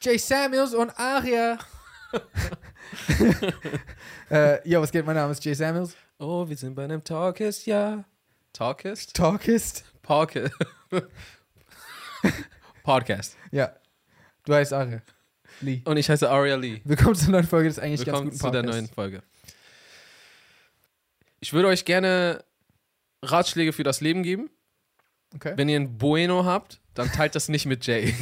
Jay Samuels und Aria. äh, yo, was geht? Mein Name ist Jay Samuels. Oh, wir sind bei einem Talkist, ja. Talkist? Talkist. Podcast. Podcast. Ja. Du heißt Aria. Lee. Und ich heiße Aria Lee. Willkommen zur neuen Folge des eigentlich Willkommen ganz zu guten der neuen Folge. Ich würde euch gerne Ratschläge für das Leben geben. Okay. Wenn ihr ein Bueno habt, dann teilt das nicht mit Jay.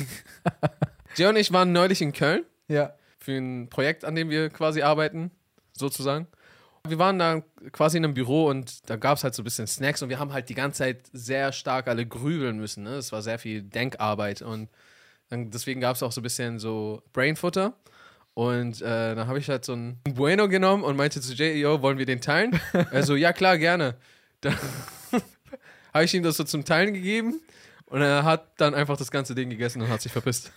Jay und ich waren neulich in Köln Ja. für ein Projekt, an dem wir quasi arbeiten, sozusagen. Wir waren da quasi in einem Büro und da gab es halt so ein bisschen Snacks und wir haben halt die ganze Zeit sehr stark alle grübeln müssen. Ne? Es war sehr viel Denkarbeit und dann, deswegen gab es auch so ein bisschen so Brainfutter. Und äh, dann habe ich halt so ein Bueno genommen und meinte zu Jay, yo, wollen wir den teilen? Also, ja, klar, gerne. Dann habe ich ihm das so zum Teilen gegeben und er hat dann einfach das ganze Ding gegessen und hat sich verpisst.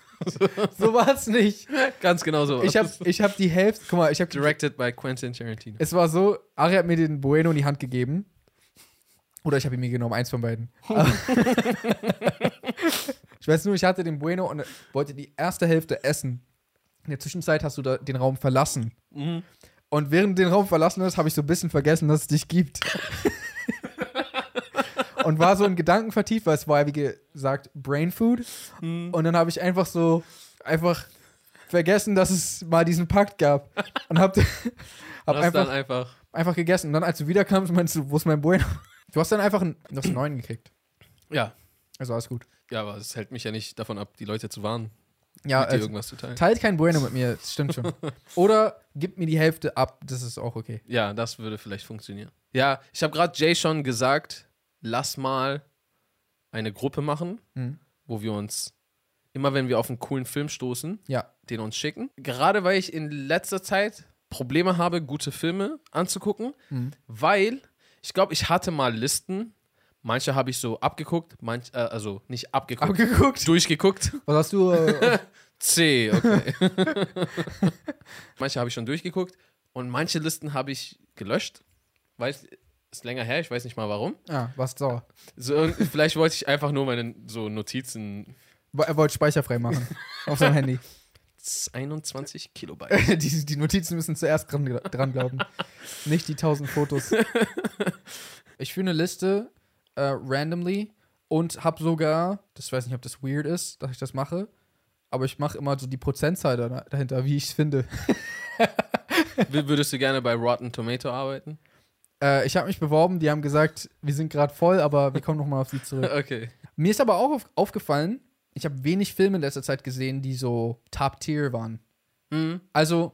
So war es nicht. Ganz genau so. Ich habe ich hab die Hälfte. Guck mal, ich habe Directed by Quentin Tarantino. Es war so, Ari hat mir den Bueno in die Hand gegeben. Oder ich habe ihn mir genommen, eins von beiden. Aber- ich weiß nur, ich hatte den Bueno und wollte die erste Hälfte essen. In der Zwischenzeit hast du da den Raum verlassen. Und während du den Raum verlassen hast, habe ich so ein bisschen vergessen, dass es dich gibt. und war so in Gedanken vertieft, weil es war, wie gesagt, Brain Food. Und dann habe ich einfach so, einfach vergessen, dass es mal diesen Pakt gab. Und habe hab Hast einfach dann einfach. einfach gegessen. Und dann, als du wiederkamst, meinst du, wo ist mein Bueno? Du hast dann einfach einen, du hast einen neuen gekriegt. Ja. Also alles gut. Ja, aber es hält mich ja nicht davon ab, die Leute zu warnen, Ja, mit dir also, irgendwas zu teilen. teilt kein Bueno mit mir, das stimmt schon. Oder gib mir die Hälfte ab, das ist auch okay. Ja, das würde vielleicht funktionieren. Ja, ich habe gerade Jay schon gesagt, lass mal eine Gruppe machen, Mhm. wo wir uns immer, wenn wir auf einen coolen Film stoßen, Ja. den uns schicken. Gerade weil ich in letzter Zeit Probleme habe, gute Filme anzugucken, Mhm. weil ich glaube, ich hatte mal Listen. Manche habe ich so abgeguckt, manch, äh, also nicht abgeguckt, Abgeguckt. durchgeguckt. Was hast du? Äh, C, okay. manche habe ich schon durchgeguckt und manche Listen habe ich gelöscht. Weiß, ist länger her, ich weiß nicht mal warum. ja, warst sauer. So, und vielleicht wollte ich einfach nur meine so Notizen Wo- Er wollte speicherfrei machen. auf seinem Handy. 21 Kilobyte. die, die Notizen müssen zuerst dran, dran glauben. Nicht die 1000 Fotos. Ich führe eine Liste äh, randomly und habe sogar, das weiß nicht, ob das weird ist, dass ich das mache, aber ich mache immer so die Prozentzahl da- dahinter, wie ich es finde. W- Würdest du gerne bei Rotten Tomato arbeiten? Äh, ich habe mich beworben, die haben gesagt, wir sind gerade voll, aber wir kommen nochmal auf sie zurück. Okay. Mir ist aber auch auf, aufgefallen, ich habe wenig Filme in letzter Zeit gesehen, die so Top-Tier waren. Mhm. Also,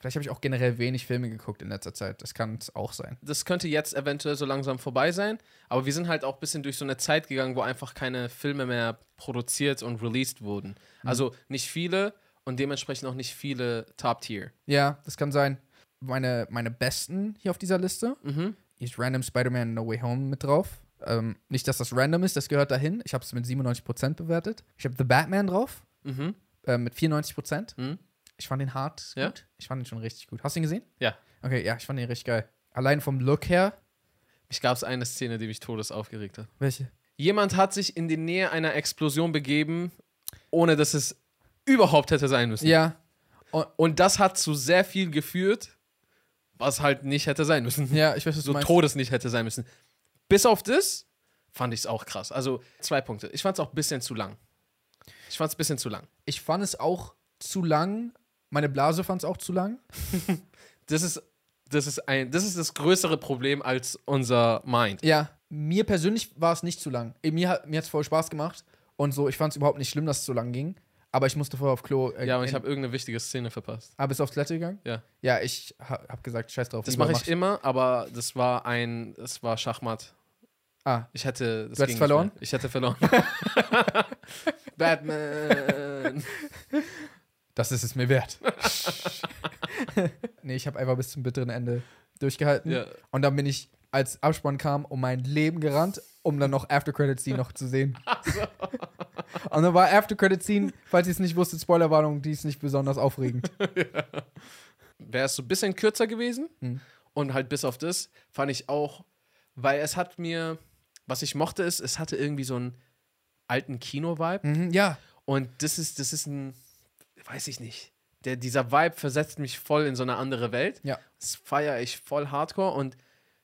vielleicht habe ich auch generell wenig Filme geguckt in letzter Zeit. Das kann es auch sein. Das könnte jetzt eventuell so langsam vorbei sein, aber wir sind halt auch ein bisschen durch so eine Zeit gegangen, wo einfach keine Filme mehr produziert und released wurden. Also nicht viele und dementsprechend auch nicht viele Top-Tier. Ja, das kann sein. Meine, meine besten hier auf dieser Liste. Mhm. Hier ist Random Spider-Man No Way Home mit drauf. Ähm, nicht, dass das random ist, das gehört dahin. Ich habe es mit 97% bewertet. Ich habe The Batman drauf Mhm. äh, mit 94%. Mhm. Ich fand den hart Ja. gut. Ich fand den schon richtig gut. Hast du ihn gesehen? Ja. Okay, ja, ich fand den richtig geil. Allein vom Look her. Ich gab es eine Szene, die mich todes aufgeregt hat. Welche? Jemand hat sich in die Nähe einer Explosion begeben, ohne dass es überhaupt hätte sein müssen. Ja, Und das hat zu sehr viel geführt, was halt nicht hätte sein müssen. ja, ich weiß, was du so meinst. Todes nicht hätte sein müssen. Bis auf das fand ich es auch krass. Also zwei Punkte. Ich fand es auch ein bisschen zu lang. Ich fand es ein bisschen zu lang. Ich fand es auch zu lang. Meine Blase fand es auch zu lang. Das ist, das, ist ein, das ist das größere Problem als unser Mind. Ja, mir persönlich war es nicht zu lang. Eh, Mir, hat- mir hat es voll Spaß gemacht und so, ich fand es überhaupt nicht schlimm, dass es so lang ging. Aber ich musste vorher auf Klo. äh, Ja, aber ich in- habe irgendeine wichtige Szene verpasst. Ah, bist du aufs Toilette gegangen? Ja. Ja, ich ha, hab gesagt, scheiß drauf. Das lieber mache ich immer, aber das war ein, das war Schachmatt. Ah, Ich hätte. Das Du hättest ging nicht verloren? mehr. Ich hätte verloren. Batman. das ist es mir wert. nee, ich habe einfach bis zum bitteren Ende durchgehalten. Ja. Und dann bin ich, als Abspann kam, um mein Leben gerannt, um dann noch After Credit Scene noch zu sehen. und dann war After Credit Scene, falls ihr es nicht wusstet, Spoilerwarnung, die ist nicht besonders aufregend. Wäre es so ein bisschen kürzer gewesen Mhm. und halt bis auf das fand ich auch, weil es hat mir, was ich mochte, ist, es hatte irgendwie so einen alten Kino-Vibe. Mhm, ja, Und das ist, das ist ein, weiß ich nicht. Der, dieser Vibe versetzt mich voll in so eine andere Welt. Ja. Das feiere ich voll hardcore und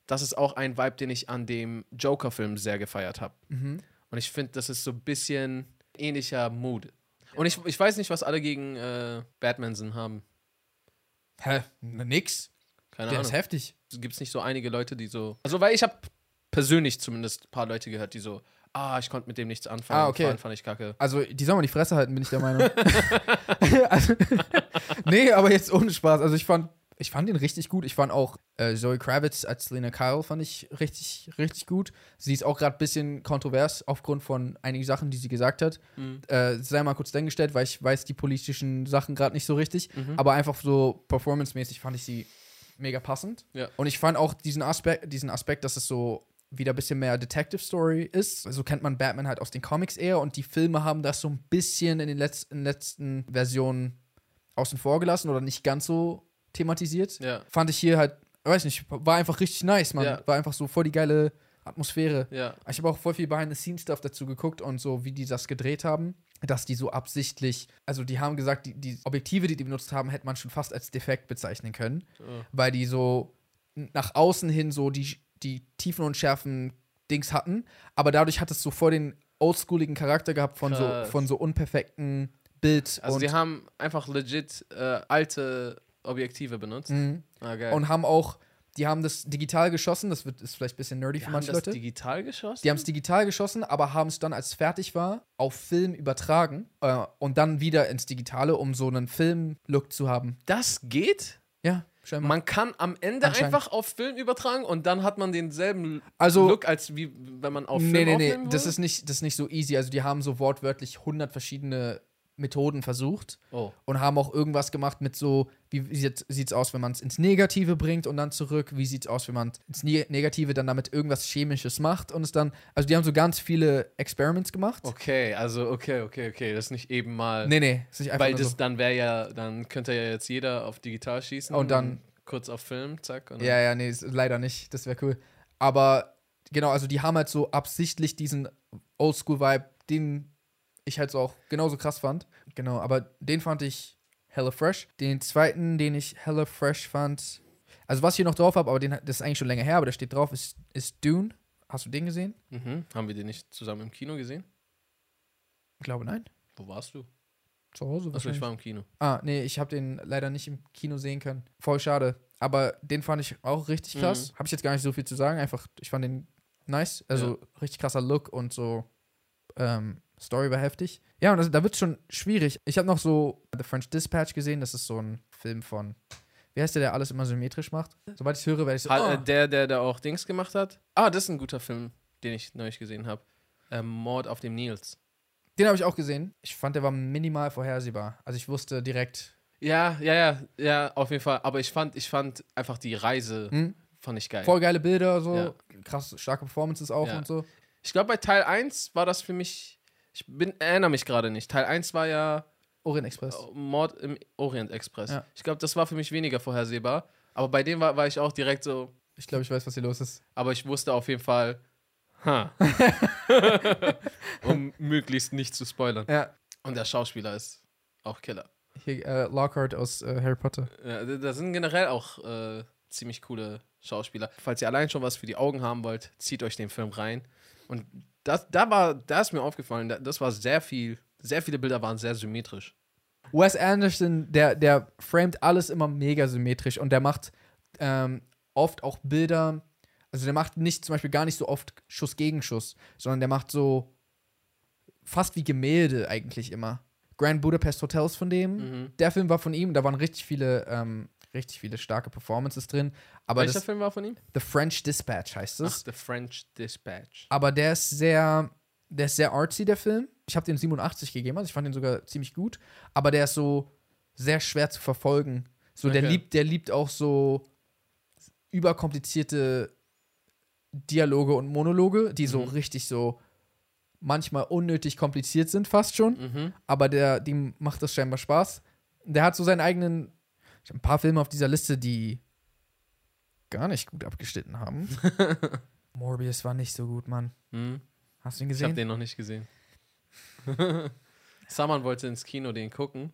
das ist auch ein Vibe, den ich an dem Joker-Film sehr gefeiert habe. mhm. Und ich finde, das ist so ein bisschen ähnlicher Mood. Und ich, ich weiß nicht, was alle gegen äh, Batmanson haben. Hä? Na, nix. Keine Der ist Ahnung. heftig. Gibt es nicht so einige Leute, die so. Also, weil ich habe persönlich zumindest ein paar Leute gehört, die so, ah, ich konnte mit dem nichts anfangen. Ah, okay. Fand, fand ich kacke. Also, die soll man die Fresse halten, bin ich der Meinung. also, nee, aber jetzt ohne Spaß. Also, ich fand, ich fand ihn richtig gut. Ich fand auch äh, Zoe Kravitz als Lena Kyle fand ich richtig, richtig gut. Sie ist auch gerade ein bisschen kontrovers aufgrund von einigen Sachen, die sie gesagt hat. Mhm. Äh, sei mal kurz dahingestellt, weil ich weiß die politischen Sachen gerade nicht so richtig. Hm? Aber einfach so performancemäßig fand ich sie mega passend. Ja. Und ich fand auch diesen Aspekt, diesen Aspekt, dass es so wieder ein bisschen mehr Detective Story ist. So kennt man Batman halt aus den Comics eher und die Filme haben das so ein bisschen in den letzten, letzten Versionen außen vor gelassen oder nicht ganz so thematisiert. Ja, Fand ich hier halt, weiß nicht, war einfach richtig nice, man. Ja. War einfach so voll die geile Atmosphäre. ja. Ich habe auch voll viel Behind-the-Scenes-Stuff dazu geguckt und so, wie die das gedreht haben, dass die so absichtlich, also die haben gesagt, die, die Objektive, die die benutzt haben, hätte man schon fast als defekt bezeichnen können, Ja. weil die so nach außen hin so die, die Tiefen und Schärfen Dings hatten, aber dadurch hat es so voll den oldschooligen Charakter gehabt von, so, Krass. von so unperfekten Bild Also, und, die haben einfach legit äh, alte Objektive benutzt. Mhm. Ah, geil. und haben auch, die haben das digital geschossen, das wird, ist vielleicht ein bisschen nerdy die für haben manche das Leute. digital geschossen? Die haben es digital geschossen, aber haben es dann, als es fertig war, auf Film übertragen äh, und dann wieder ins Digitale, um so einen Film-Look zu haben. das geht? Ja, scheinbar. Man kann am Ende Anscheinend. einfach auf Film übertragen und dann hat man denselben also, Look, als wie wenn man auf Film nee, nee, nee, aufnehmen das würde? ist, nicht, das ist nicht so easy. Also, die haben so wortwörtlich 100 verschiedene Methoden versucht Oh. und haben auch irgendwas gemacht mit so, wie sieht es aus, wenn man es ins Negative bringt und dann zurück, wie sieht es aus, wenn man ins Ne- Negative dann damit irgendwas Chemisches macht und es dann, also die haben so ganz viele Experiments gemacht. Okay, also okay, okay, okay. Das ist nicht eben mal. Nee, nee, es ist nicht einfach weil nur das so. dann wäre ja, dann könnte ja jetzt jeder auf digital schießen. Und dann- kurz auf Film, zack. Und Ja, ja, nee, ist leider nicht. Das wäre cool. Aber genau, also die haben halt so absichtlich diesen Oldschool-Vibe, den ich halt so auch genauso krass fand. Genau, aber den fand ich hella fresh. Den zweiten, den ich hella fresh fand, also was ich hier noch drauf habe, aber den, das ist eigentlich schon länger her, aber der steht drauf, ist, ist Dune. Hast du den gesehen? dann, mhm. Haben wir den nicht zusammen im Kino gesehen? Ich glaube, nein. Wo warst du? Zu Hause Achso, ich wahrscheinlich. war im Kino. ah, nee, ich habe den leider nicht im Kino sehen können. Voll schade. Aber den fand ich auch richtig Mhm. krass. Habe ich jetzt gar nicht so viel zu sagen. Einfach, ich fand den nice. Also richtig krasser Look und so. Ähm, Story war heftig. Ja, und das, da wird schon schwierig. Ich habe noch so The French Dispatch gesehen. Das ist so ein Film von. Wie heißt der, der alles immer symmetrisch macht? Sobald ich höre, werde ich so. Hat, äh, oh. der, der da auch Dings gemacht hat. Ah, das ist ein guter Film, den ich neulich gesehen habe. Ähm, Mord auf dem Nils. Den habe ich auch gesehen. Ich fand, der war minimal vorhersehbar. Also ich wusste direkt. Ja, ja, ja, ja, auf jeden Fall. Aber ich fand, ich fand einfach die Reise Hm? fand ich geil. Voll geile Bilder, so. Ja. Krass, starke Performances auch Ja. und so. Ich glaube, bei Teil 1 war das für mich. Ich bin, erinnere mich gerade nicht. Teil 1 war ja Orient Express. Oh. Mord im Orient Express. Ja. Ich glaube, das war für mich weniger vorhersehbar. Aber bei dem war, war ich auch direkt so. Ich glaube, ich weiß, was hier los ist. Aber ich wusste auf jeden Fall, ha. um möglichst nicht zu spoilern. Ja, Und der Schauspieler ist auch Killer. hier äh, Lockhart aus äh, Harry Potter. Ja, da da sind generell auch äh, ziemlich coole Schauspieler. Falls ihr allein schon was für die Augen haben wollt, zieht euch den Film rein. Und das, da war, da ist mir aufgefallen, da, das war sehr viel, sehr viele Bilder waren sehr symmetrisch. Wes Anderson, der, der framet alles immer mega symmetrisch und der macht ähm, oft auch Bilder, also der macht nicht zum Beispiel gar nicht so oft Schuss gegen Schuss, sondern der macht so fast wie Gemälde eigentlich immer. Grand Budapest Hotels von dem. Mhm. Der Film war von ihm, da waren richtig viele, ähm, richtig viele starke Performances drin. Aber Welcher das, Film war von ihm? The French Dispatch heißt es. Ach, The French Dispatch. Aber der ist sehr, der ist sehr artsy, der Film. Ich habe den 87 gegeben, also ich fand den sogar ziemlich gut. Aber der ist so sehr schwer zu verfolgen. So, der Okay. liebt, der liebt auch so überkomplizierte Dialoge und Monologe, die so Mhm. richtig so manchmal unnötig kompliziert sind, fast schon Mhm. aber der, dem macht das scheinbar Spaß. Der hat so seinen eigenen. Ich habe ein paar Filme auf dieser Liste, die gar nicht gut abgeschnitten haben. Morbius war nicht so gut, Mann. Hm? Hast du ihn Ich habe gesehen? den noch nicht gesehen. Saman wollte ins Kino den gucken,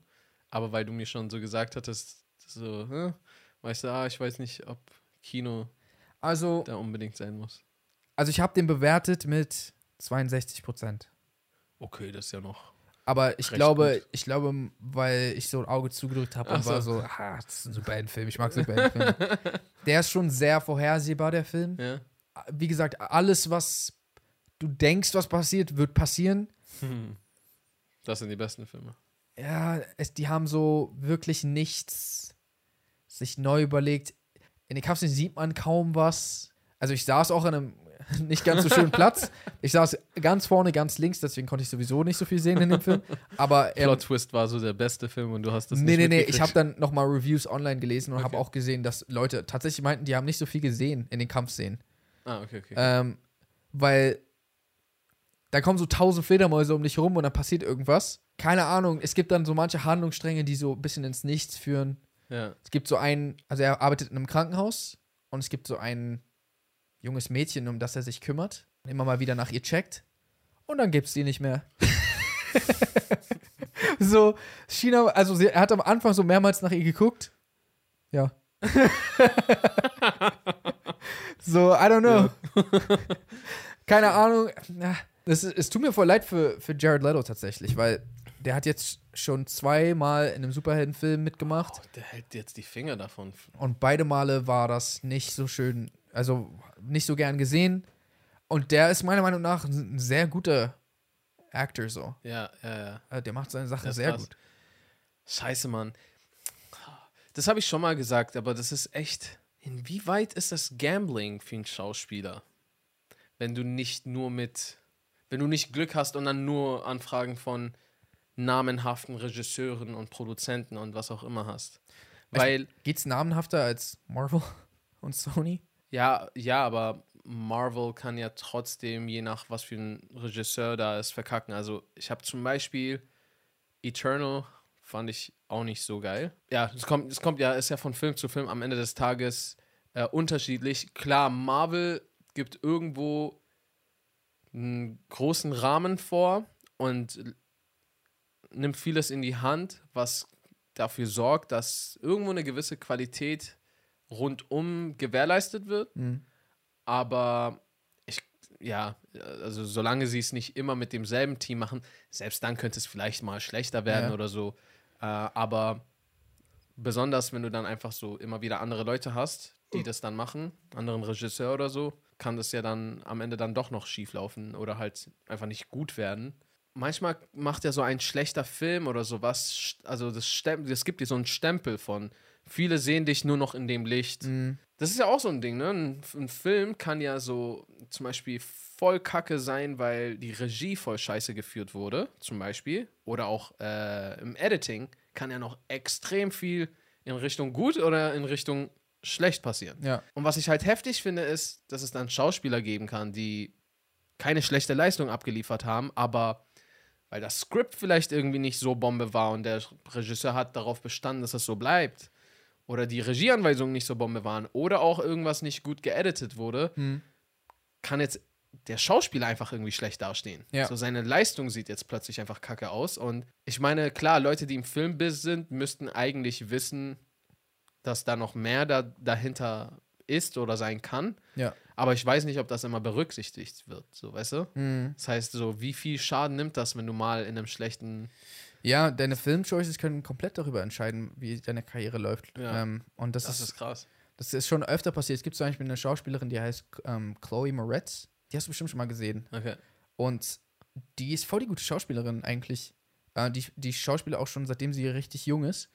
aber weil du mir schon so gesagt hattest, so, hm, weißt du, ah, ich weiß nicht, ob Kino also, da unbedingt sein muss. also ich habe den bewertet mit 62 Prozent. Okay, das ist ja noch. Aber ich Recht glaube, ich glaube, weil ich so ein Auge zugedrückt habe und Ach so. war so, ah, das ist ein Superheldenfilm, ich mag Superheldenfilme. der ist schon sehr vorhersehbar, der Film. Ja? Wie gesagt, alles, was du denkst, was passiert, wird passieren. Das sind die besten Filme. Ja, es, die haben so wirklich nichts sich neu überlegt. In den Kapseln sieht man kaum was. Also ich saß auch an einem nicht ganz so schönen Platz. Ich saß ganz vorne, ganz links, deswegen konnte ich sowieso nicht so viel sehen in dem Film. Aber ähm, Plot Twist war so der beste Film und du hast das nee, nicht nee, nee, mitgekriegt. ich habe dann nochmal Reviews online gelesen und habe Okay. auch gesehen, dass Leute tatsächlich meinten, die haben nicht so viel gesehen in den Kampfszenen. Ah, okay, okay. Ähm, weil da kommen so tausend Fledermäuse um dich rum und dann passiert irgendwas. Keine Ahnung, es gibt dann so manche Handlungsstränge, die so ein bisschen ins Nichts führen. ja. Es gibt so einen, also er arbeitet in einem Krankenhaus und es gibt so ein junges Mädchen, um das er sich kümmert. Und immer mal wieder nach ihr checkt und dann gibt's die nicht mehr. so, China, also sie, er hat am Anfang so mehrmals nach ihr geguckt. Ja. so, I don't know. Keine Ahnung. Na, Das ist, es tut mir voll leid für, für Jared Leto tatsächlich, weil der hat jetzt schon zweimal in einem Superheldenfilm mitgemacht. Oh, der hält jetzt die Finger davon. Und beide Male war das nicht so schön, also nicht so gern gesehen. Und der ist meiner Meinung nach ein ein sehr guter Actor so. Ja, ja, ja. Äh, Der macht seine Sachen Das ist sehr krass. gut. Scheiße, Mann. Das habe ich schon mal gesagt, aber das ist echt. Inwieweit ist das Gambling für einen Schauspieler? Wenn du nicht nur mit. Wenn du nicht Glück hast und dann nur Anfragen von namenhaften Regisseuren und Produzenten und was auch immer hast. Also- Weil, Geht's namenhafter als Marvel und Sony? ja, ja, aber Marvel kann ja trotzdem, je nach was für ein Regisseur da ist, verkacken. Also, ich habe zum Beispiel Eternal fand ich auch nicht so geil. Ja, es kommt, es kommt ja, ist ja von Film zu Film am Ende des Tages äh, unterschiedlich. Klar, Marvel gibt irgendwo einen großen Rahmen vor und l- nimmt vieles in die Hand, was dafür sorgt, dass irgendwo eine gewisse Qualität rundum gewährleistet wird. Mhm. Aber ich, ja, also solange sie es nicht immer mit demselben Team machen, selbst dann könnte es vielleicht mal schlechter werden Ja. oder so. Äh, aber besonders, wenn du dann einfach so immer wieder andere Leute hast, Hm. die das dann machen, anderen Regisseur oder so, kann das ja dann am Ende dann doch noch schief laufen oder halt einfach nicht gut werden. Manchmal macht ja so ein schlechter Film oder sowas, st- also das, Stem das gibt dir so einen Stempel von, viele sehen dich nur noch in dem Licht. Mhm. Das ist ja auch so ein Ding, ne? Ein, ein Film kann ja so zum Beispiel voll kacke sein, weil die Regie voll scheiße geführt wurde, zum Beispiel. Oder auch äh, im Editing kann ja noch extrem viel in Richtung gut oder in Richtung schlecht passieren. Ja. Und was ich halt heftig finde, ist, dass es dann Schauspieler geben kann, die keine schlechte Leistung abgeliefert haben, aber weil das Skript vielleicht irgendwie nicht so Bombe war und der Regisseur hat darauf bestanden, dass es so bleibt. Oder die Regieanweisungen nicht so Bombe waren. Oder auch irgendwas nicht gut geeditet wurde. Mhm. Kann jetzt der Schauspieler einfach irgendwie schlecht dastehen. Ja. So seine Leistung sieht jetzt plötzlich einfach kacke aus. Und ich meine, klar, Leute, die im Filmbiz sind, müssten eigentlich wissen, dass da noch mehr da, dahinter ist oder sein kann. Ja. Aber ich weiß nicht, ob das immer berücksichtigt wird. So, weißt du? Mhm. Das heißt, so wie viel Schaden nimmt das, wenn du mal in einem schlechten. Ja, deine Filmchoices können komplett darüber entscheiden, wie deine Karriere läuft. Ja. Ähm, und das, ist, krass. das ist schon öfter passiert. Es gibt zum Beispiel eine Schauspielerin, die heißt ähm, Chloe Moretz. Die hast du bestimmt schon mal gesehen. Okay. Und die ist voll die gute Schauspielerin eigentlich. Äh, die, die Schauspieler auch schon, seitdem sie richtig jung ist.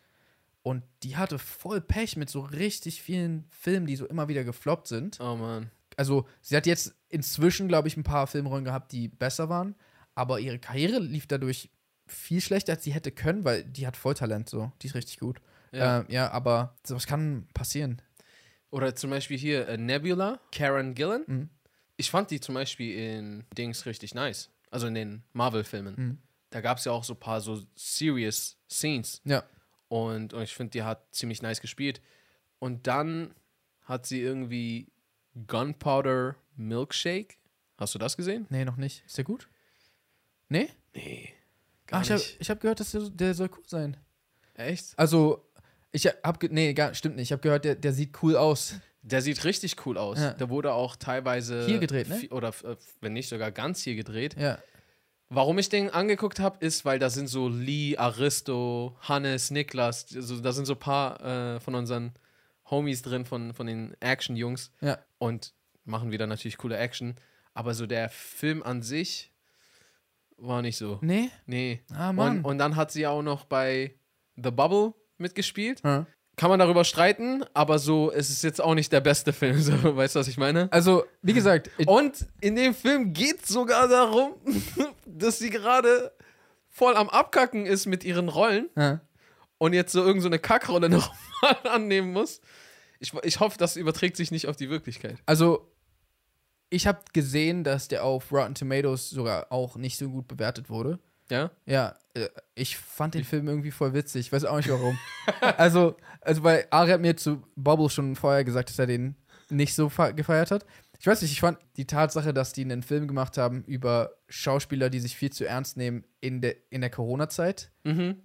Und die hatte voll Pech mit so richtig vielen Filmen, die so immer wieder gefloppt sind. Oh Mann. Also sie hat jetzt inzwischen, glaube ich, ein paar Filmrollen gehabt, die besser waren. Aber ihre Karriere lief dadurch viel schlechter, als sie hätte können, weil die hat voll Talent so. Die ist richtig gut. Ja. Äh, ja aber sowas kann passieren. Oder zum Beispiel hier äh, Nebula, Karen Gillan. Mhm. Ich fand die zum Beispiel in Dings richtig nice. Also in den Marvel-Filmen. Mhm. Da gab es ja auch so ein paar so serious Scenes. Ja. Und, und ich finde, die hat ziemlich nice gespielt. Und dann hat sie irgendwie Gunpowder Milkshake. Hast du das gesehen? Nee, noch nicht. Ist der gut? Nee? Nee. Gar Ach, ich habe nicht. hab gehört, dass der, der soll cool sein. Echt? Also, ich hab. ge- Nee, gar, stimmt nicht. Ich habe gehört, der, der sieht cool aus. Der sieht richtig cool aus. Ja. Der wurde auch teilweise. Hier gedreht, ne? vi- Oder äh, wenn nicht sogar ganz hier gedreht. Ja. Warum ich den angeguckt habe, ist, weil da sind so Lee, Aristo, Hannes, Niklas, also da sind so ein paar äh, von unseren Homies drin, von, von den Action-Jungs Ja. und machen wieder natürlich coole Action. Aber so der Film an sich war nicht so. Nee? Nee. Ah, Und, Mann. und dann hat sie auch noch bei The Bubble mitgespielt. Ja. Kann man darüber streiten, aber so ist es jetzt auch nicht der beste Film. So, weißt du, was ich meine? Also, wie gesagt, ich, Und in dem Film geht es sogar darum, dass sie gerade voll am Abkacken ist mit ihren Rollen ja. und jetzt so irgendeine so eine Kackrolle nochmal annehmen muss. Ich, ich hoffe, das überträgt sich nicht auf die Wirklichkeit. also ich habe gesehen, dass der auf Rotten Tomatoes sogar auch nicht so gut bewertet wurde. Ja? Ja, äh, ich fand den Film irgendwie voll witzig. Ich weiß auch nicht warum. also, also, weil Ari hat mir zu Bubble schon vorher gesagt, dass er den nicht so fe- gefeiert hat. Ich weiß nicht, ich fand die Tatsache, dass die einen Film gemacht haben über Schauspieler, die sich viel zu ernst nehmen in, der in der Corona-Zeit,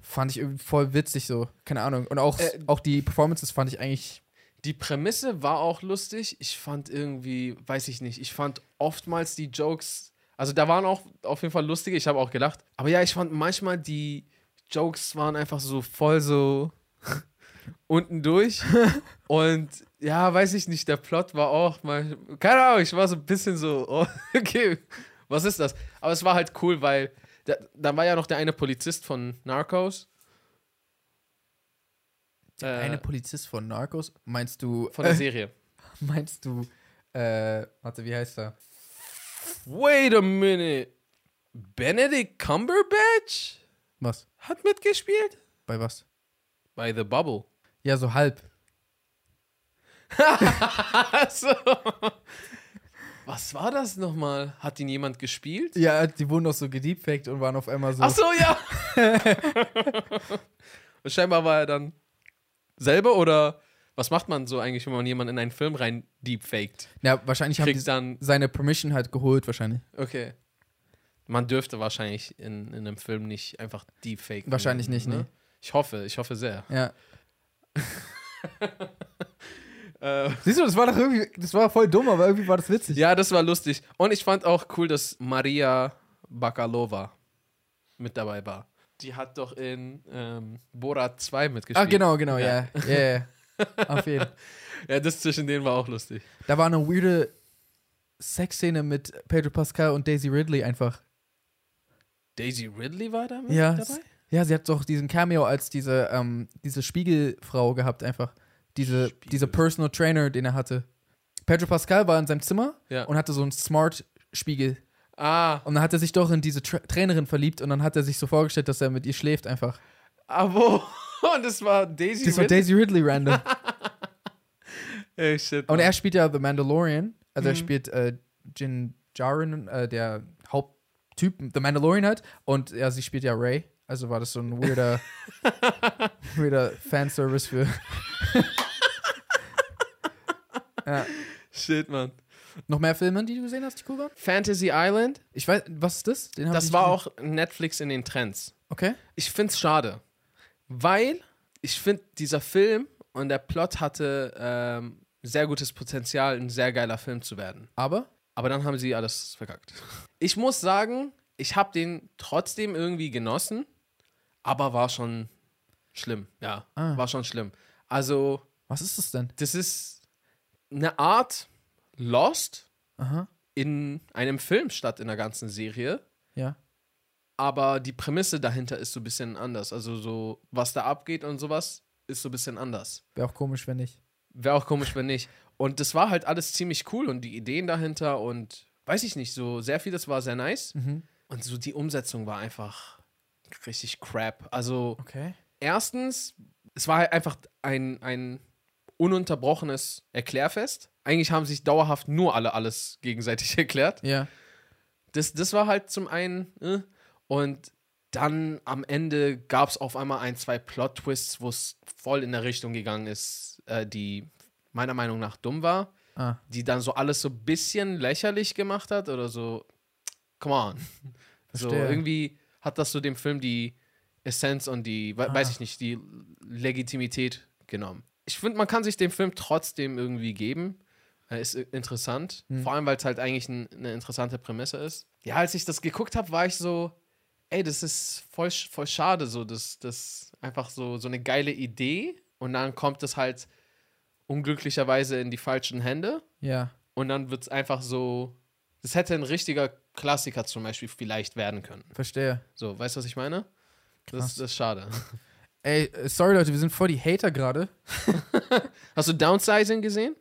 fand ich irgendwie voll witzig so. Keine Ahnung. Und auch, Mhm. Äh, auch die Performances fand ich eigentlich. Die Prämisse war auch lustig. Ich fand irgendwie, weiß ich nicht, ich fand oftmals die Jokes, also da waren auch auf jeden Fall lustige, ich habe auch gelacht. Aber ja, ich fand manchmal die Jokes waren einfach so voll so unten durch. Und ja, weiß ich nicht, der Plot war auch mal, keine Ahnung, ich war so ein bisschen so, oh, okay, was ist das? Aber es war halt cool, weil da, da war ja noch der eine Polizist von Narcos. Der Äh, eine Polizist von Narcos, meinst du. Von der Serie. Meinst du, äh, warte, wie heißt er? Wait a minute. Benedict Cumberbatch Was? hat mitgespielt? Bei was? Bei The Bubble. Ja, so halb. Also, was war das nochmal? Hat ihn jemand gespielt? Ja, die wurden doch so gedeepfaked und waren auf einmal so. Ach so, ja. Und Scheinbar war er dann selber oder was macht man so eigentlich, wenn man jemanden in einen Film rein deepfaked? Ja, wahrscheinlich haben die Kriegt dann, seine Permission halt geholt, wahrscheinlich. okay. Man dürfte wahrscheinlich in, in einem Film nicht einfach deepfaken. ne? Wahrscheinlich nicht, nee. Ich hoffe, ich hoffe sehr. Ja. Äh, Siehst du, das war doch irgendwie, das war voll dumm, aber irgendwie war das witzig. Ja, das war lustig. Und ich fand auch cool, dass Maria Bakalova mit dabei war. Die hat doch in ähm, Borat 2 ah, mitgespielt. genau, genau, ja. Ja, ja. ja. auf jeden Fall. Ja, das zwischen denen war auch lustig. Da war eine weirde Sexszene mit Pedro Pascal und Daisy Ridley einfach. Daisy Ridley war da mit Ja, dabei? Ja, sie hat doch diesen Cameo als diese, ähm, diese Spiegelfrau gehabt, einfach. Diese, Spiegel. diese Personal Trainer, den er hatte. Pedro Pascal war in seinem Zimmer Ja. und hatte so einen Smart-Spiegel. Ah, Und dann hat er sich doch in diese Tra Trainerin verliebt und dann hat er sich so vorgestellt, dass er mit ihr schläft einfach. ah, wo? Und das war Daisy Das war Ridley. Daisy Ridley random. Ey, shit, und Mann. er spielt ja The Mandalorian. Also er Mhm. spielt äh, Jin Jaren, äh, der Haupttyp The Mandalorian hat. Und ja, sie spielt ja Ray. Also war das so ein weirder, weirder Fanservice für. ja. Shit, Mann. Noch mehr Filme, die du gesehen hast, die cool waren? Fantasy Island, Ich weiß, was ist das? Den hab ich das nicht war gesehen. auch Netflix in den Trends. Okay. Ich find's schade, weil ich finde, dieser Film und der Plot hatte ähm, sehr gutes Potenzial, ein sehr geiler Film zu werden. Aber? Aber dann haben sie alles verkackt. Ich muss sagen, ich habe den trotzdem irgendwie genossen, aber war schon schlimm. Ja, Ah. war schon schlimm. Also, Was ist das denn? das ist eine Art Lost Aha. in einem Film statt in der ganzen Serie. Ja. Aber die Prämisse dahinter ist so ein bisschen anders. Also, so, was da abgeht und sowas, ist so ein bisschen anders. Wäre auch komisch, wenn nicht. Wäre auch komisch, wenn nicht. Und das war halt alles ziemlich cool und die Ideen dahinter und weiß ich nicht, so sehr vieles war sehr nice. Mhm. Und so die Umsetzung war einfach richtig crap. Also, Okay. erstens, es war halt einfach ein, ein ununterbrochenes Erklärfest. Eigentlich haben sich dauerhaft nur alle alles gegenseitig erklärt. Ja. Das, das war halt zum einen. Äh. Und dann am Ende gab es auf einmal ein, zwei Plot-Twists, wo es voll in der Richtung gegangen ist, äh, die meiner Meinung nach dumm war. Ah. die dann so alles so ein bisschen lächerlich gemacht hat oder so, come on. so Verstehe. irgendwie hat das so dem Film die Essenz und die, we weiß ich nicht, die Legitimität genommen. Ich finde, man kann sich dem Film trotzdem irgendwie geben. Er ist äh, interessant, vor allem weil es halt eigentlich ein, eine interessante Prämisse ist. Ja, als ich das geguckt habe, war ich so, ey, das ist voll, sch- voll schade, so, das, das einfach so, so eine geile Idee und dann kommt es halt unglücklicherweise in die falschen Hände Ja. und dann wird es einfach so, das hätte ein richtiger Klassiker zum Beispiel vielleicht werden können. Verstehe. So, weißt du, was ich meine? Das, Krass. das ist schade. Ey, äh, sorry Leute, wir sind voll die Hater gerade. Hast du Downsizing gesehen?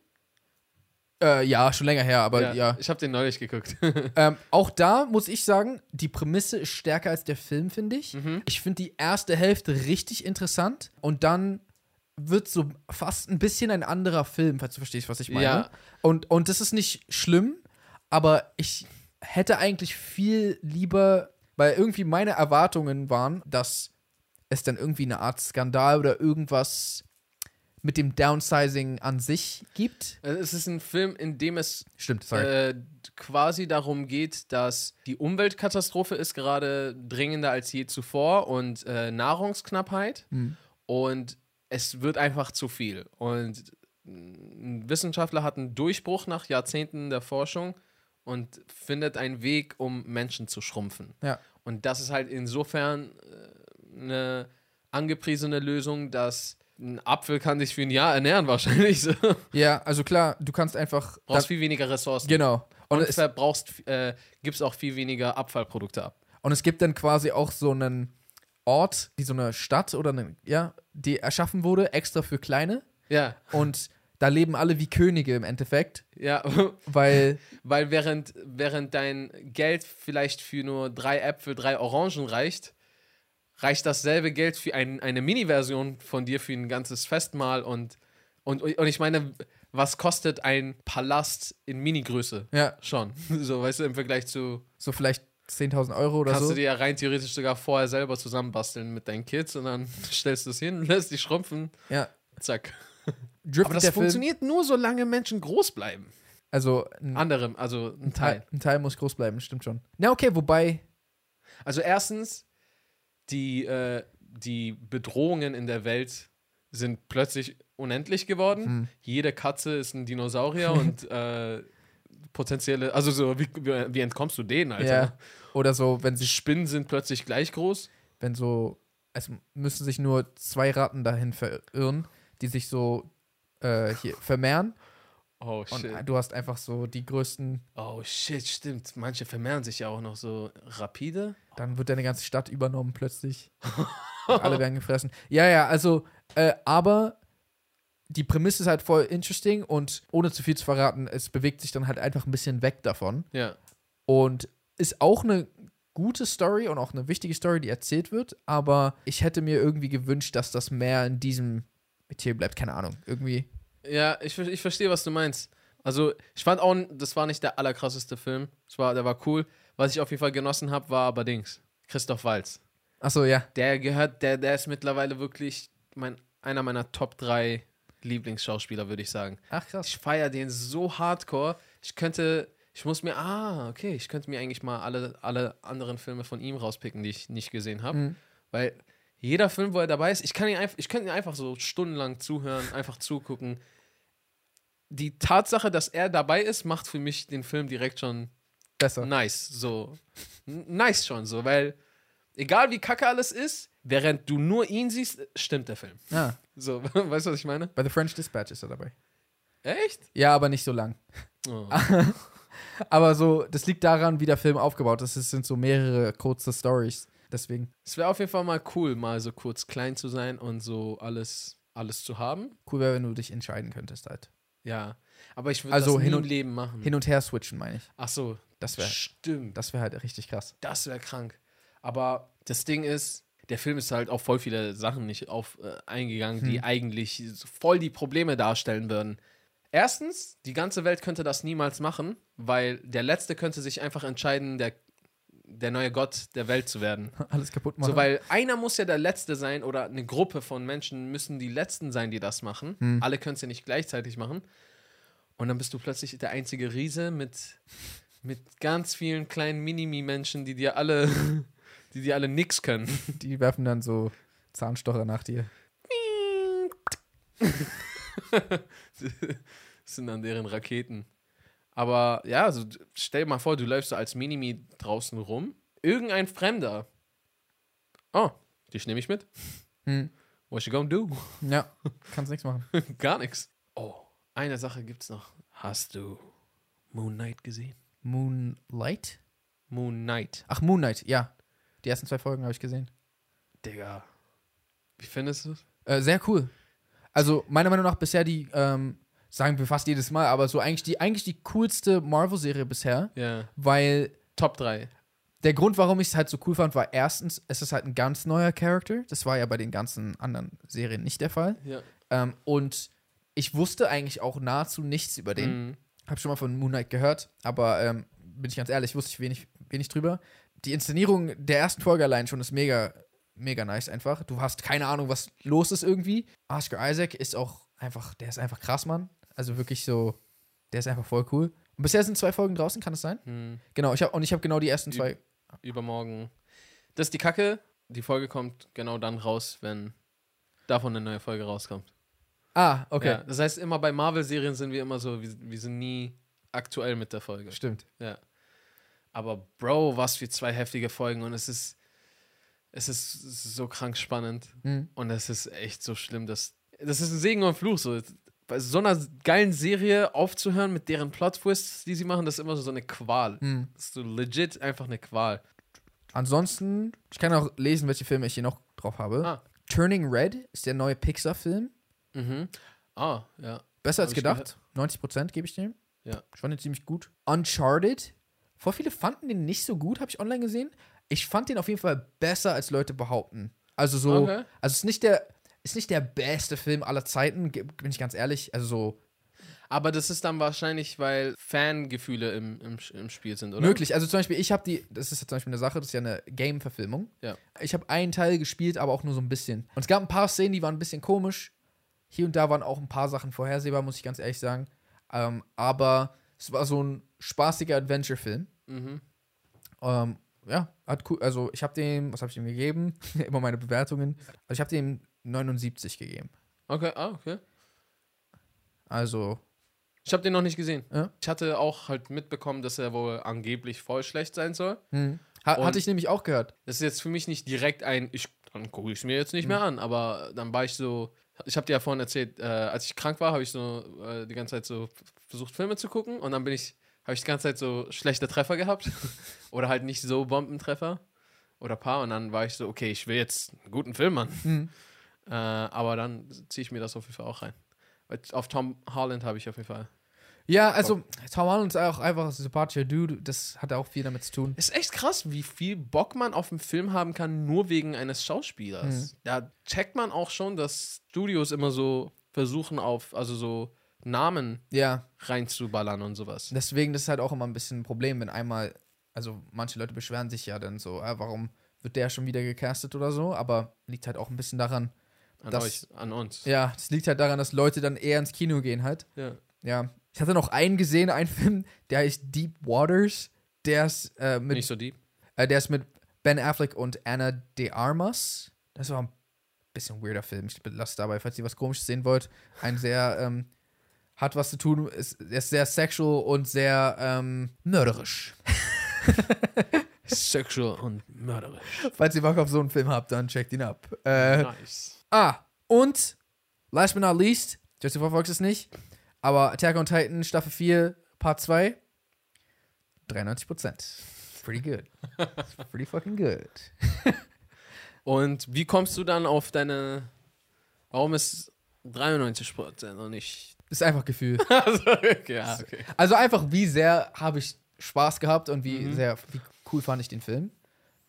Äh, ja, schon länger her, aber ja. Ich habe den neulich geguckt. Ähm, auch da muss ich sagen, die Prämisse ist stärker als der Film, finde ich. Ich finde die erste Hälfte richtig interessant und dann wird so fast ein bisschen ein anderer Film, falls du verstehst, was ich meine. Ja. Und, und das ist nicht schlimm, aber ich hätte eigentlich viel lieber, weil irgendwie meine Erwartungen waren, dass es dann irgendwie eine Art Skandal oder irgendwas mit dem Downsizing an sich gibt. es ist ein Film, in dem es Stimmt, sorry. äh, quasi darum geht, dass die Umweltkatastrophe ist gerade dringender als je zuvor und äh, Nahrungsknappheit und es wird einfach zu viel. Und mm, ein Wissenschaftler hat einen Durchbruch nach Jahrzehnten der Forschung und findet einen Weg, um Menschen zu schrumpfen. ja. Und das ist halt insofern äh, eine angepriesene Lösung, dass ein Apfel kann sich für ein Jahr ernähren wahrscheinlich. So. Du ja, also klar, du kannst einfach. brauchst viel weniger Ressourcen. Genau. Und, Und es, verbrauchst, äh, gibst auch viel weniger Abfallprodukte ab. und es gibt dann quasi auch so einen Ort, die so eine Stadt oder eine, ja, die erschaffen wurde, extra für Kleine. Ja, Und da leben alle wie Könige im Endeffekt, ja. weil, Weil während, während dein Geld vielleicht für nur drei Äpfel, drei Orangen reicht, reicht dasselbe Geld für ein, eine Mini-Version von dir für ein ganzes Festmahl und, und, und ich meine, was kostet ein Palast in Minigröße? ja, Schon. So, weißt du, im Vergleich zu. so vielleicht 10.000 Euro oder Kannst so. du dir ja rein theoretisch sogar vorher selber zusammenbasteln mit deinen Kids und dann stellst du es hin, lässt dich schrumpfen, ja. zack. Driftet Aber das der Film, funktioniert nur, solange Menschen groß bleiben. also ein Anderem, also ein Teil. Teil, ein Teil muss groß bleiben, stimmt schon. Na okay, wobei, Also erstens, die, äh, die Bedrohungen in der Welt sind plötzlich unendlich geworden. Hm. Jede Katze ist ein Dinosaurier und äh, potenzielle, also so, wie, wie wie entkommst du denen, Alter? ja, oder so, wenn Die sich, Spinnen sind plötzlich gleich groß. wenn so, es müssen sich nur zwei Ratten dahin verirren, die sich so äh, hier vermehren. Oh Und shit. du hast einfach so die größten, Oh shit, stimmt. Manche vermehren sich ja auch noch so rapide. dann wird deine ganze Stadt übernommen plötzlich. Und alle werden gefressen. Ja, ja, also, äh, aber die Prämisse ist halt voll interesting und ohne zu viel zu verraten, es bewegt sich dann halt einfach ein bisschen weg davon. Ja. Und ist auch eine gute Story und auch eine wichtige Story, die erzählt wird, aber ich hätte mir irgendwie gewünscht, dass das mehr in diesem Metier bleibt, keine Ahnung. Irgendwie. Ja, ich, ver- ich verstehe, was du meinst. Also, ich fand auch, das war nicht der allerkrasseste Film. Es war, der war cool. Was ich auf jeden Fall genossen habe, war aber Dings. Christoph Walz. Achso, ja. Der gehört, der, der ist mittlerweile wirklich mein, einer meiner Top 3 Lieblingsschauspieler, würde ich sagen. Ach krass. Ich feiere den so hardcore. Ich könnte, ich muss mir, ah, okay, ich könnte mir eigentlich mal alle, alle anderen Filme von ihm rauspicken, die ich nicht gesehen habe. Weil jeder Film, wo er dabei ist, ich kann ihn einfach, ich könnte ihn einfach so stundenlang zuhören, einfach zugucken. Die Tatsache, dass er dabei ist, macht für mich den Film direkt schon Besser. nice, so. N- Nice schon, so, weil egal wie kacke alles ist, während du nur ihn siehst, stimmt der Film. Ah, So, weißt du, was ich meine? bei The French Dispatch ist er dabei. Echt? Ja, aber nicht so lang. Oh. Aber so, das liegt daran, wie der Film aufgebaut ist. Es sind so mehrere kurze Stories. Deswegen Es wäre auf jeden Fall mal cool, mal so kurz klein zu sein und so alles, alles zu haben. cool wäre, wenn du dich entscheiden könntest halt. Ja. Aber ich würde Also das nie hin im und- Leben machen. Hin und her switchen, meine ich. Ach so, Das wäre stimmt. das wär halt richtig krass. Das wäre krank. Aber das Ding ist, der Film ist halt auf voll viele Sachen nicht auf, äh, eingegangen, Hm. die eigentlich so voll die Probleme darstellen würden. Erstens, die ganze Welt könnte das niemals machen, weil der Letzte könnte sich einfach entscheiden, der, der neue Gott der Welt zu werden. Alles kaputt machen. So, weil einer muss ja der Letzte sein oder eine Gruppe von Menschen müssen die Letzten sein, die das machen. Alle können es ja nicht gleichzeitig machen. Und dann bist du plötzlich der einzige Riese mit, mit ganz vielen kleinen Minimi-Menschen, die dir alle, die dir alle nix können. Die werfen dann so Zahnstocher nach dir. Das sind dann deren Raketen. Aber ja, also stell dir mal vor, du läufst so als Minimi draußen rum. Irgendein Fremder. Oh, dich nehme ich mit. Hm. What you gonna do? Ja, kannst nichts machen. Gar nichts. Oh, eine Sache gibt's noch. Hast du Moon Knight gesehen? Moonlight? Moon Knight. Ach, Moonlight, ja. Die ersten zwei Folgen habe ich gesehen. Digga. Wie findest du es? Äh, sehr cool. Also, meiner Meinung nach bisher die, ähm, sagen wir fast jedes Mal, aber so eigentlich die, eigentlich die coolste Marvel-Serie bisher, Ja. weil Top 3. der Grund, warum ich es halt so cool fand, war erstens, es ist halt ein ganz neuer Charakter. Das war ja bei den ganzen anderen Serien nicht der Fall. Ja. Ähm, und ich wusste eigentlich auch nahezu nichts über den. Mhm. Hab schon mal von Moon Knight gehört, aber ähm, bin ich ganz ehrlich, wusste ich wenig, wenig drüber. Die Inszenierung der ersten Folge allein schon ist mega, mega nice einfach. Du hast keine Ahnung, was los ist irgendwie. Oscar Isaac ist auch einfach, der ist einfach krass, Mann. Also wirklich so, der ist einfach voll cool. Und bisher sind zwei Folgen draußen, kann das sein? Mhm. Genau, ich hab, und ich habe genau die ersten zwei. Übermorgen. Das ist die Kacke. Die Folge kommt genau dann raus, wenn davon eine neue Folge rauskommt. Ah, okay. Ja, das heißt, immer bei Marvel-Serien sind wir immer so, wir, wir sind nie aktuell mit der Folge. Stimmt. Ja. Aber Bro, was für zwei heftige Folgen und es ist, es ist so krank spannend Mhm. und es ist echt so schlimm, dass das ist ein Segen und ein Fluch so. Bei so einer geilen Serie aufzuhören mit deren Plot-Twists, die sie machen, das ist immer so eine Qual. Mhm. Das ist so legit einfach eine Qual. Ansonsten, ich kann auch lesen, welche Filme ich hier noch drauf habe. Ah. Turning Red ist der neue Pixar-Film. Mhm. Ah, ja. Besser Hab als ich gedacht. 90 Prozent gebe ich dem. Ja. Ich fand den ziemlich gut. Uncharted. Vor viele fanden den nicht so gut, habe ich online gesehen. Ich fand den auf jeden Fall besser, als Leute behaupten. Also so, Okay. also es ist nicht der, ist nicht der beste Film aller Zeiten, ge- bin ich ganz ehrlich. Also so Aber das ist dann wahrscheinlich, weil Fangefühle im, im, im Spiel sind, oder? möglich. Also zum Beispiel, ich habe die, das ist ja zum Beispiel eine Sache, das ist ja eine Game-Verfilmung. Ja. Ich habe einen Teil gespielt, aber auch nur so ein bisschen. Und es gab ein paar Szenen, die waren ein bisschen komisch. Hier und da waren auch ein paar Sachen vorhersehbar, muss ich ganz ehrlich sagen. Ähm, aber es war so ein spaßiger Adventure-Film. Mhm. Ähm, ja, hat cool. Also ich habe dem, was habe ich ihm gegeben? Immer meine Bewertungen. Also ich habe dem 79 gegeben. Okay, ah, okay. Also Ich habe den noch nicht gesehen. Ja. Ich hatte auch halt mitbekommen, dass er wohl angeblich voll schlecht sein soll. hm. ha Und- hatte ich nämlich auch gehört. Das ist jetzt für mich nicht direkt ein, ich, dann gucke ich es mir jetzt nicht mehr an, aber dann war ich so, ich habe dir ja vorhin erzählt, äh, als ich krank war, habe ich so äh, die ganze Zeit so versucht, Filme zu gucken und dann bin ich, habe ich die ganze Zeit so schlechte Treffer gehabt oder halt nicht so Bombentreffer oder paar und dann war ich so, okay, ich will jetzt einen guten Film an. Hm. Äh, aber dann ziehe ich mir das auf jeden Fall auch rein. Weil Auf Tom Holland habe ich auf jeden Fall. Ja, also Tom Holland ist auch einfach ein sympathischer Dude. Das hat auch viel damit zu tun. Ist echt krass, wie viel Bock man auf einen Film haben kann, nur wegen eines Schauspielers. Mhm. Da checkt man auch schon, dass Studios immer so versuchen, auf, also so Namen Ja, reinzuballern und sowas. deswegen das ist halt auch immer ein bisschen ein Problem, wenn einmal, also manche Leute beschweren sich ja dann so, ah, warum wird der schon wieder gecastet oder so, aber liegt halt auch ein bisschen daran, An Das- euch, an uns. ja, es liegt halt daran, dass Leute dann eher ins Kino gehen halt. Ja. Ja. Ich hatte noch einen gesehen, einen Film, der heißt Deep Waters. Der ist, äh, mit, Nicht so deep. äh, der ist mit Ben Affleck und Anna de Armas. Das war ein bisschen weirder Film. Ich belasse dabei, falls ihr was Komisches sehen wollt. Ein sehr, ähm, hat was zu tun, ist, er ist sehr sexual und sehr ähm, mörderisch. Sexual und mörderisch. Falls ihr Bock auf so einen Film habt, dann checkt ihn ab. Äh, Nice. Ah, und last but not least, ich weiß, du verfolgst es nicht, aber Attack on Titan Staffel 4, Part 2, 93%. Pretty good. Pretty fucking good. Und wie kommst du dann auf deine. Warum ist 93% und nicht. Ist einfach Gefühl. also, okay, ja, okay. Also einfach, wie sehr habe ich Spaß gehabt und wie Mhm. sehr, wie cool fand ich den Film.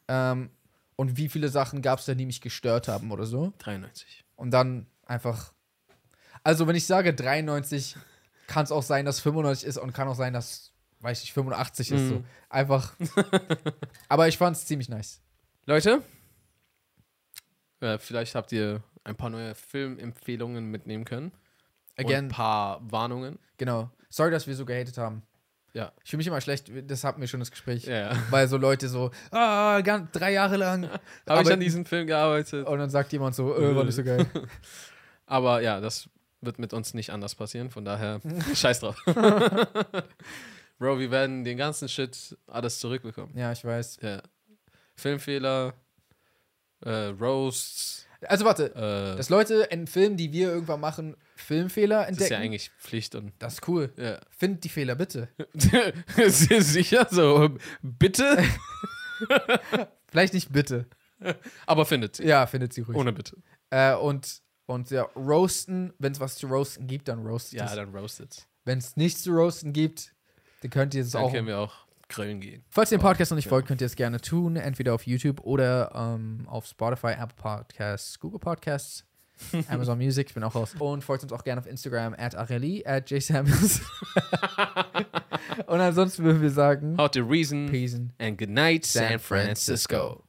Ähm, und wie viele Sachen gab es da, die mich gestört haben oder so. 93. Und dann einfach. Also, wenn ich sage 93, kann es auch sein, dass 95 ist und kann auch sein, dass, weiß ich, 85 ist. Mhm. So. Einfach. Aber ich fand es ziemlich nice. Leute, äh, vielleicht habt ihr ein paar neue Filmempfehlungen mitnehmen können. Und ein Again, paar Warnungen. genau. Sorry, dass wir so gehatet haben. Ja. Ich fühle mich immer schlecht, das hatten wir schon das Gespräch. Ja, ja. Weil so Leute so, ah, ganz, drei Jahre lang. Habe ich Aber- an diesem Film gearbeitet. Und dann sagt jemand so, äh, war nicht so geil. Aber ja, das wird mit uns nicht anders passieren, von daher scheiß drauf. Bro, wir werden den ganzen Shit alles zurückbekommen. ja, ich weiß. Ja. Filmfehler, äh, Roasts, Also warte, äh, das, dass Leute in Filmen, die wir irgendwann machen, Filmfehler entdecken. ist ja eigentlich Pflicht und das ist cool. ja. Find die Fehler bitte. Ist dir sicher so, bitte, Vielleicht nicht bitte. aber findet sie. Ja, findet sie ruhig. Ohne bitte. Äh, und, und ja, roasten, wenn es was zu roasten gibt, dann roastet Ja, es. dann roastet's. Wenn es nichts zu roasten gibt, dann könnt ihr es Dann auch. können wir auch grillen gehen. Falls ihr den Podcast noch nicht Ja. folgt, könnt ihr es gerne tun. Entweder auf YouTube oder ähm, auf Spotify, Apple Podcasts, Google Podcasts, Amazon Music. Ich bin auch raus. Und folgt uns auch gerne auf Instagram, at Areli, at jsamuels. Und ansonsten würden wir sagen, How to reason Peace. and good night, San San Francisco. Francisco.